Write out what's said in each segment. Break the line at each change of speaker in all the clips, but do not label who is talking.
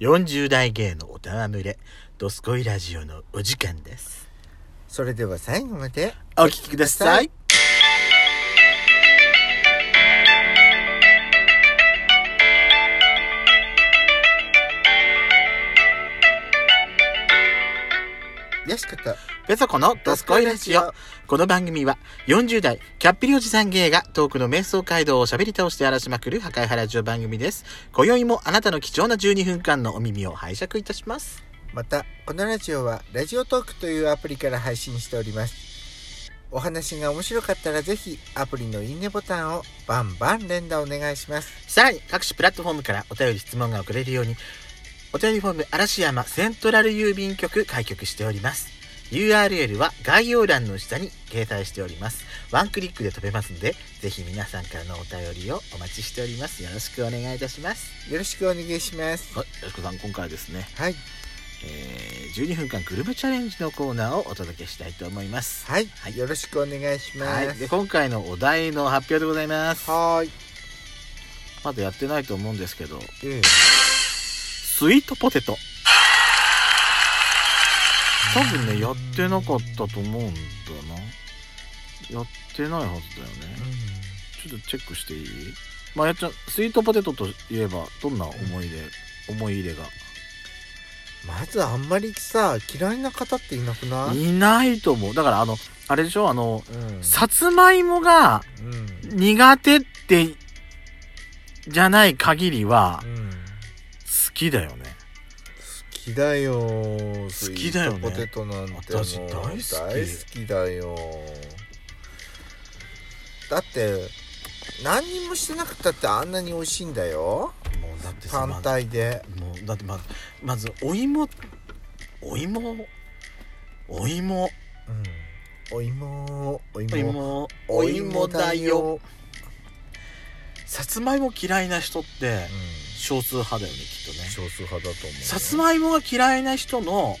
40代芸のおたわむれ、ドスコイラジオのお時間です。
それでは最後まで
お聞きください。
よしこと
ペソコのドスコイラジオ。この番組は40代キャッピリおじさん芸がトークの瞑想街道を喋り倒して荒らしまくる破壊派ラジオ番組です。今宵もあなたの貴重な12分間のお耳を拝借いたします。
またこのラジオはラジオトークというアプリから配信しておりますお話が面白かったらぜひアプリのいいねボタンをバンバン連打お願いします
さらに各種プラットフォームからお便り質問が送れるように、お便りフォーム嵐山セントラル郵便局開局しております。URL は概要欄の下に掲載しております。ワンクリックで飛べますので、ぜひ皆さんからのお便りをお待ちしております。よろしくお願いいたします。
よろしくお願いします
はい、よしこさん、今回はですね、
はい
えー、12分間グルメチャレンジのコーナーをお届けしたいと思います。
はい、
はい
よろしくお願いしま
はい、
す
で今回のお題の発表でございます。
はーい
まだやってないと思うんですけど、
うん
スイートポテト。多分ね、やってなかったと思うんだな。やってないはずだよね。ちょっとチェックしていいまあ、やっちゃん、スイートポテトといえば、どんな思い出、思い入れが
まずあんまりさ嫌いな方っていなくない
いないと思う。だから、あの、あれでしょあの、
うん
さつまいもが
うんうん
苦手って、じゃない限りは、好きだよね。
好きだよ好
好きだよね
ポテトなんてもう
私大好き
大好きだよだって何にもしてなくたってあんなに美味しいんだよ
もう、だって
単体で
もうだってまずまずお芋お芋お芋
お芋お
お
芋
芋お芋だよさつまいも嫌いな人って
うん
少数派だよねきっとね
少数派だと思う
さつまいもが嫌いな人の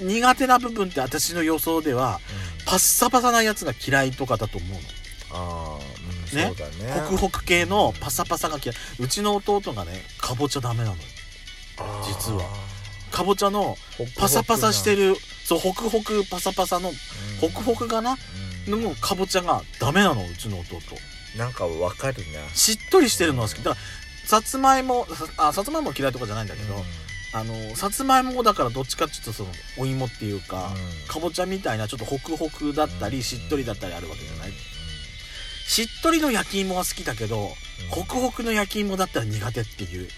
苦手な部分って私の予想では
うん
パッサパサなやつが嫌いとかだと思うの
ああ、うん
ね
そうだね
ホクホク系のパサパサが嫌いうちの弟がねかぼちゃダメなのよ
あー
実はかぼちゃの
ホクホクな
パサパサしてるそうホクホクパサパサの
うん
ホクホクがな
う
で
ん
もかぼちゃがダメなのうちの弟
なんかわかるな
しっとりしてるのは好きだからさつまいもさあさつまいも嫌いとかじゃないんだけど、あのさつまいもだからどっちかっていうとそのお芋っていうか、かぼちゃみたいなちょっとホクホクだったり、しっとりだったりあるわけじゃない、しっとりの焼き芋は好きだけど、ホクホクの焼き芋だったら苦手っていう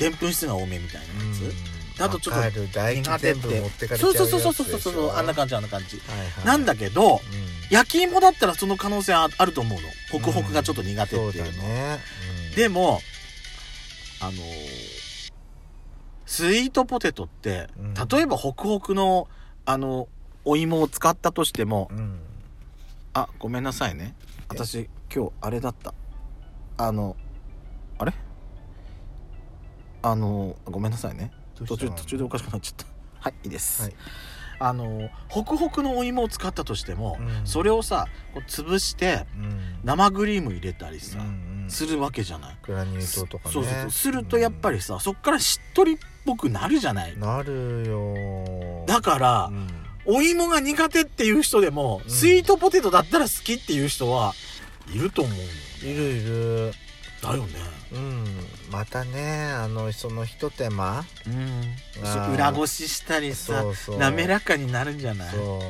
でんぷん質が多めみたいなやつ、であとちょっと
と唾液全部持ってかれちゃ
そううそうそうそうそうそうそうあんな
か
感じあんな感じ、
はいはい
なんだけど
うん
焼き芋だったらその可能性ああると思うのホクホクがちょっと苦手っていうの、
そうだねうん
でもあのースイートポテトって、
うん
例えばホクホクのあのお芋を使ったとしても、
うん
あごめんなさいね私今日あれだったあのあれあのごめんなさいね途中途中でおかしくなっちゃった はいいいです、
はい
あのホクホクのお芋を使ったとしても、
うん
それをさこう潰して
うん
生クリーム入れたりさ、
うんうん
するわけじゃない
グラニュー糖とかね
そうそうそうするとやっぱりさ、そっからしっとりっぽくなるじゃない、
うんなるよ
だから、
うん
お芋が苦手っていう人でも、
うん
スイートポテトだったら好きっていう人はいると思うよ
いるいる
だよね
うんまたねあのそのひと手間
うん
あー
裏ごししたりさ
そうそう
滑らかになるんじゃない
そ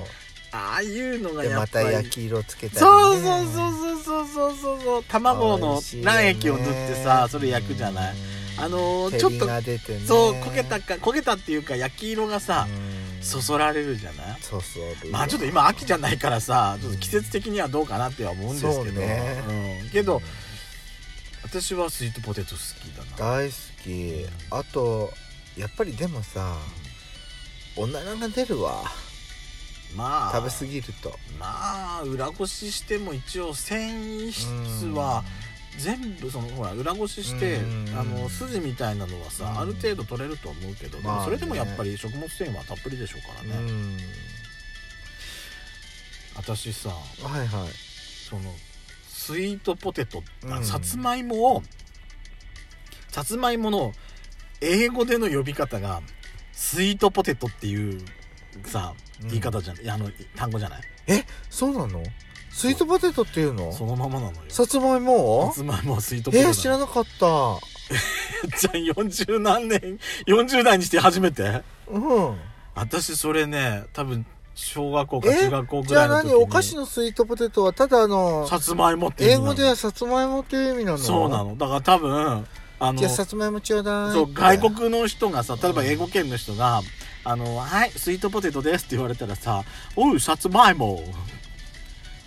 ああいうの
う
が
で
や
ま
ったぱり、
焼き色つけたりね
そうそうそうそうそうそうそうそう卵
美
の
味しいよね
卵液を塗ってさそれ焼くじゃない、
うん
あのー
照りが出てね
そう焦げたか焦げたっていうか焼き色がさ、そそられるじゃない
そうそう
まあちょっと今秋じゃないからさちょっと季節的にはどうかなっては思うんですけど
そうね
うん、けど私はスイートポテト好きだな
大好きあとやっぱりでもさおならが出るわ
まあ
食べ過ぎると
まあ裏ごししても一応繊維質は全部そのほら裏ごしして
うん
あの筋みたいなのは
うん
さある程度取れると思うけどで
まあ
も
ね
それでもやっぱり食物繊維はたっぷりでしょうから
う
ね
ん
私さ
はいはい
そのスイートポテト、あ
うん
さつまいもをさつまいもの英語での呼び方がスイートポテトっていうさ
うん
言い方じゃ、ん、いやあの単語じゃない
そうなのスイートポテトっていうの
そのままなのよ
さつまいも
さつまいもはスイートポテ
え
ト
ー、知らなかった
じゃん40何年40代にして初めて
うん
私それね多分小学校か
え
中学校ぐ
じゃ
ら
あ
いの時
何
に
お菓子のスイートポテトはただあの
さつまいもっていう
英
意味なの
語ではさつまいもっていう意味なの
そうなのだから多分あの
じゃあさつまいもちょうだい
そう外国の人がさ例えば英語圏の人が「あのはいスイートポテトです」って言われたらさ「おうさつまいも」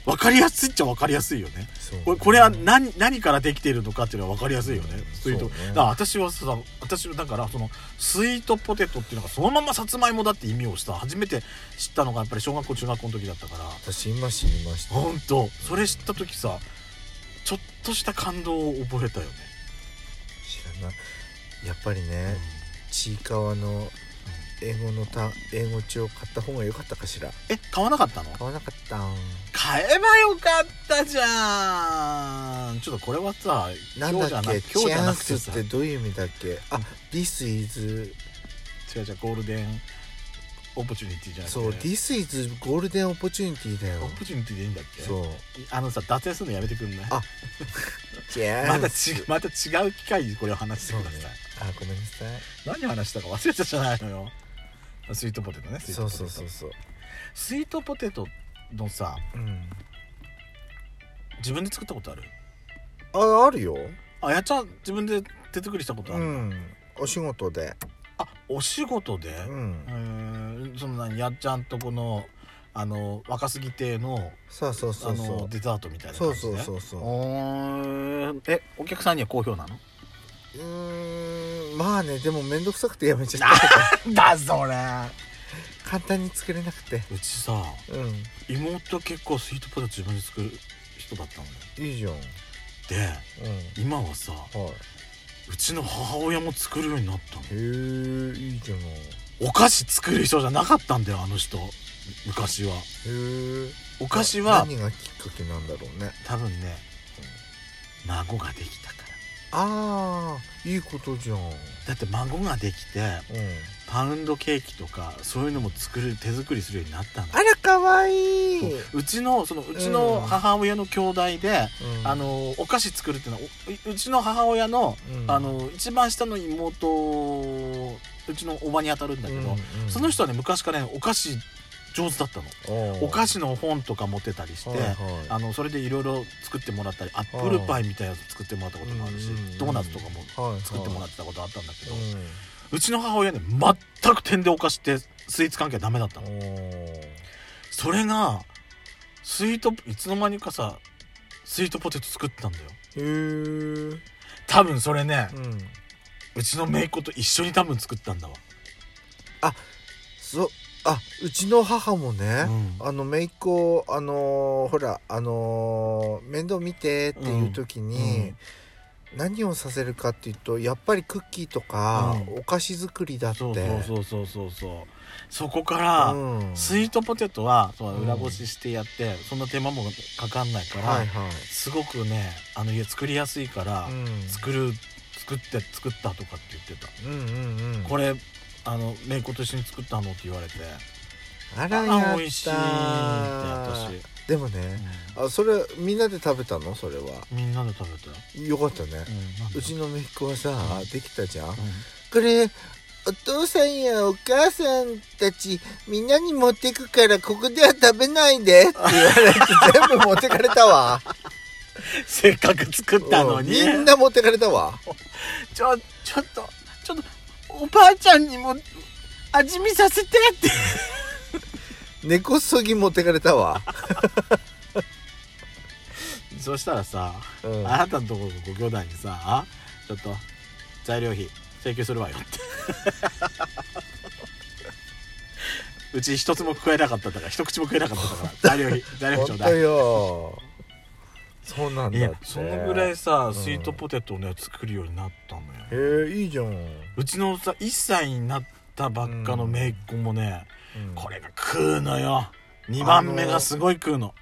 分かりやすいっちゃ分かりやすいよね
そう
これこれは何何からできているのかっていうのは分かりやすいよねスイート、
そうね
だから私はさ私はだからそのスイートポテトっていうのがそのままさつまいもだって意味をした初めて知ったのがやっぱり小学校中学校の時だったから
私今知りました
本当それ知った時さちょっとした感動を覚えたよね、
知らないやっぱりねちいかわの英語のた英語帳買った方が良かったかしら
え買わなかったの
買わなかった
買えばよかったじゃんちょっとこれはさ
なんだっ
今
け
日
チ
じゃな今日じゃ
ャ
な
ン
くて
ス
さ
ってどういう意味だっけあ This is
違う違うゴールデンオポチュニティじゃなくて
そう This is ゴールデンオポチュニティだ
オ
よ
ポチュニティでいいんだっけ
そう
あのさ脱線するのやめてくんない
あチャンス
またちまた違う機会にこれを話して
そう
く
ね
ださい、
あごめんなさい
何話したか忘れたじゃないのよスイートポテトねスイート
そ
ポテト
うそうそうそう
スイートポテトのさ
うん
自分で作ったことある
ああるよ
あやっちゃん自分で手作りしたことあ
う
る、
んお仕事で
あお仕事で、
うん
うーんその何やっちゃんとこのあの若杉亭の
そうそうそう
あの
そ
デザートみたいうな
そ
感
う
じ
そう
で
そうそう
うーんえお客さんには好評なの
うーんまあねでも面倒くさくてやめちゃっ
な
た
だそれ
簡単に作れなくて
うちさ
うん
妹結構スイートポテト自分で作る人だったのよ
いいじゃん
で
う
今はさ
んはいう
ちの母親も作るようになったの
へえいいじゃないへ
お菓子作る人じゃなかったんだよあの人昔は
え
お菓子は
何がきっかけなんだろうね
多分ね孫ができたから
ああいいことじゃんうん
だって孫ができてパウンドケーキとかそういうのも作る手作りするようになったの
あらかわいい、
うちのそのうちの母親の兄弟で、
うん
あのお菓子作るっていうのはおうちの母親の,、
うん
あの一番下の妹うちのおばに当たるんだけど、
うんうん
その人はね昔からねお菓子上手だったの、お菓子の本とか持ってたりして、
はいはい
あのそれでいろいろ作ってもらったりアップルパイみたいなやつ作ってもらったこともあるし、
うんうんうん
ドーナツとかも
はいはい
作ってもらってたことあったんだけど、
うん
うちの母親ね全く点でお菓子ってスイーツ関係はダメだったの、それがスイートいつの間にかさスイートポテト作ったんだよ
へえ
多分それね
うん
うちの姪っ子と一緒に多分作ったんだわ
そあうちの母もね、
うん
あの姪っ子あのーほらあのー面倒見てっていう時に、何をさせるかっていうとやっぱりクッキーとか、
う
お菓子作りだって
そうそうそうそうそうそうそこか
う
ら
ん
スイートポテトはそう
うん
裏ごししてやって、そんな手間もかかんないから、
はいはい、
すごくねあの家作りやすいから、
うん、
作る作って作ったとかって言ってた、
うんうんうん
これあの姪っ子と一緒に作ったのって言われて
あらやっ
あ
た
美味しいって私、
でもねあそれみんなで食べたのそれは
みんなで食べたよ、
よかった
う、
ね
んなんだ
うちの姪っ子はさできたじゃん
うん
これお父さんやお母さんたちみんなに持ってくからここでは食べないでって言われて全部持ってかれたわ
せっかく作ったのに
うんみんな持ってかれたわ
ちょちょっとちょっとおばあちゃんにも味見させてって
根こそぎ持ってかれたわ、
そしたらさ、
うん、
あなたのところのご兄弟にさあちょっと材料費請求するわよって うち一つも食えなかったんだから一口も食えなかったんだから材料費材料費ちょ
本
う
当
だい
よそうなん
い
だっ
や
て
そのぐらいさ、
うん
スイートポテトをね作るようになったのよ
へえいいじゃん、うん
うちのさ1歳になったばっかの姪っ子もね、これが食うのよ2番目がすごい食うの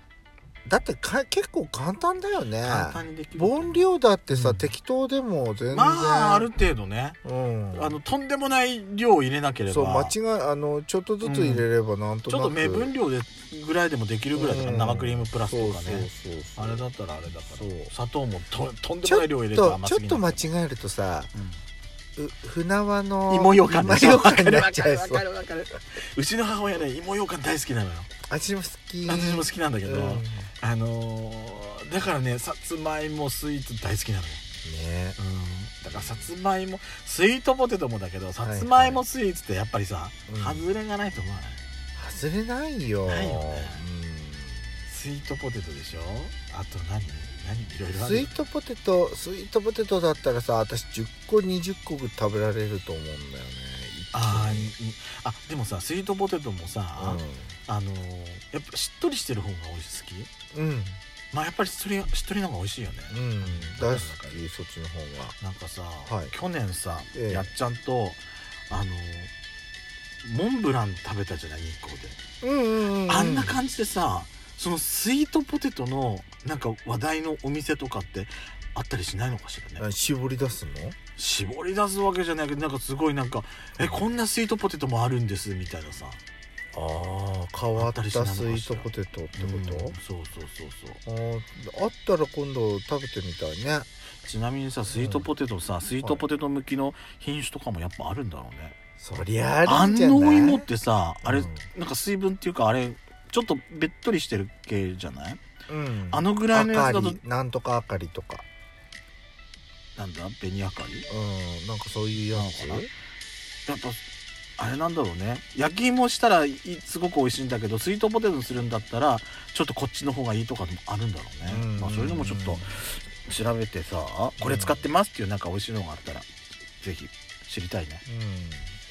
だってか結構簡単だよね
簡単にできる
分量だってさ、
うん
適当でも全然
まあある程度ね
うん
あのとんでもない量を入れなければ
そう間違いあのちょっとずつ入れればなんと
ち
な
ょっと
く、
目分量でぐらいでもできるぐらいだから、
うん
生クリームプラスとかね
そうそうそう
あれだったらあれだから
そう
砂糖もととんで
ち
も
ょ
な
っ
い量入れたら
と
甘
ちょ
す
っ
ぎ
と間
ない
違えるとさ
うん
う船輪の
芋ようかん
芋
でしょ
ようかんになっちゃい
わ
そ
か
う
るわかるわかるうちの母親ね芋ようかん大好きなのよ
私も好き
私も好きなんだけど、
うんね
あのーだからねさつまいもスイーツ大好きなのよ、うん、だからさつまいもスイートポテトもだけどさつまいもスイーツってやっぱりさ、
うん
外れがないと思わない
外れないよ
ないよねスイートポテトでしょあと何何いろ
う
い
ん
ろあ
スイ
る
ートポテトスイートポテトだったらさ私10個20個食べられると思うんだよね
あーいいあでもさスイートポテトもさ、あのーやっぱしっとりしてる方が美味しい好き
うんうん
まあやっぱりしっとりしっとりの方が美味しいよね、
うん大好きそっちの方が
なんかさ、
はい
去年さ、
ええ
やっちゃんとあのモンブラン食べたじゃない日光で、
うんうんう
あんな感じでさそのスイートポテトのなんか話題のお店とかってあったりしないのかしらね、
あ絞り出すの
絞り出すわけじゃないけどなんかすごいなんか「えこんなスイートポテトもあるんです」みたいなさ
ああ変わったスイートポテトって
うん
こ
そうそうそうそう
と、あーあったら今度食べてみたいね
ちなみにさスイートポテトさ、スイートポテト向きの品種とかもやっぱあるんだろうね
そりゃあ
あ
るんじゃない
の芋ってさあれ、
うん
なんか水分っていうかあれちょっとべっとりしてる系じゃない
うん
あのぐらいのやつだ
あか
と
りなんとかあかりとか
なんだ紅あかり
うんなんかそういうやつ
なのかやっぱあれなんだろうね焼き芋したらいすごく美味しいんだけどスイートポテトにするんだったらちょっとこっちの方がいいとかもあるんだろうね、
うん
まあ、そういうのもちょっと調べてさこれ使ってますっていうなんか美味しいのがあったらぜひ知りたいね
うん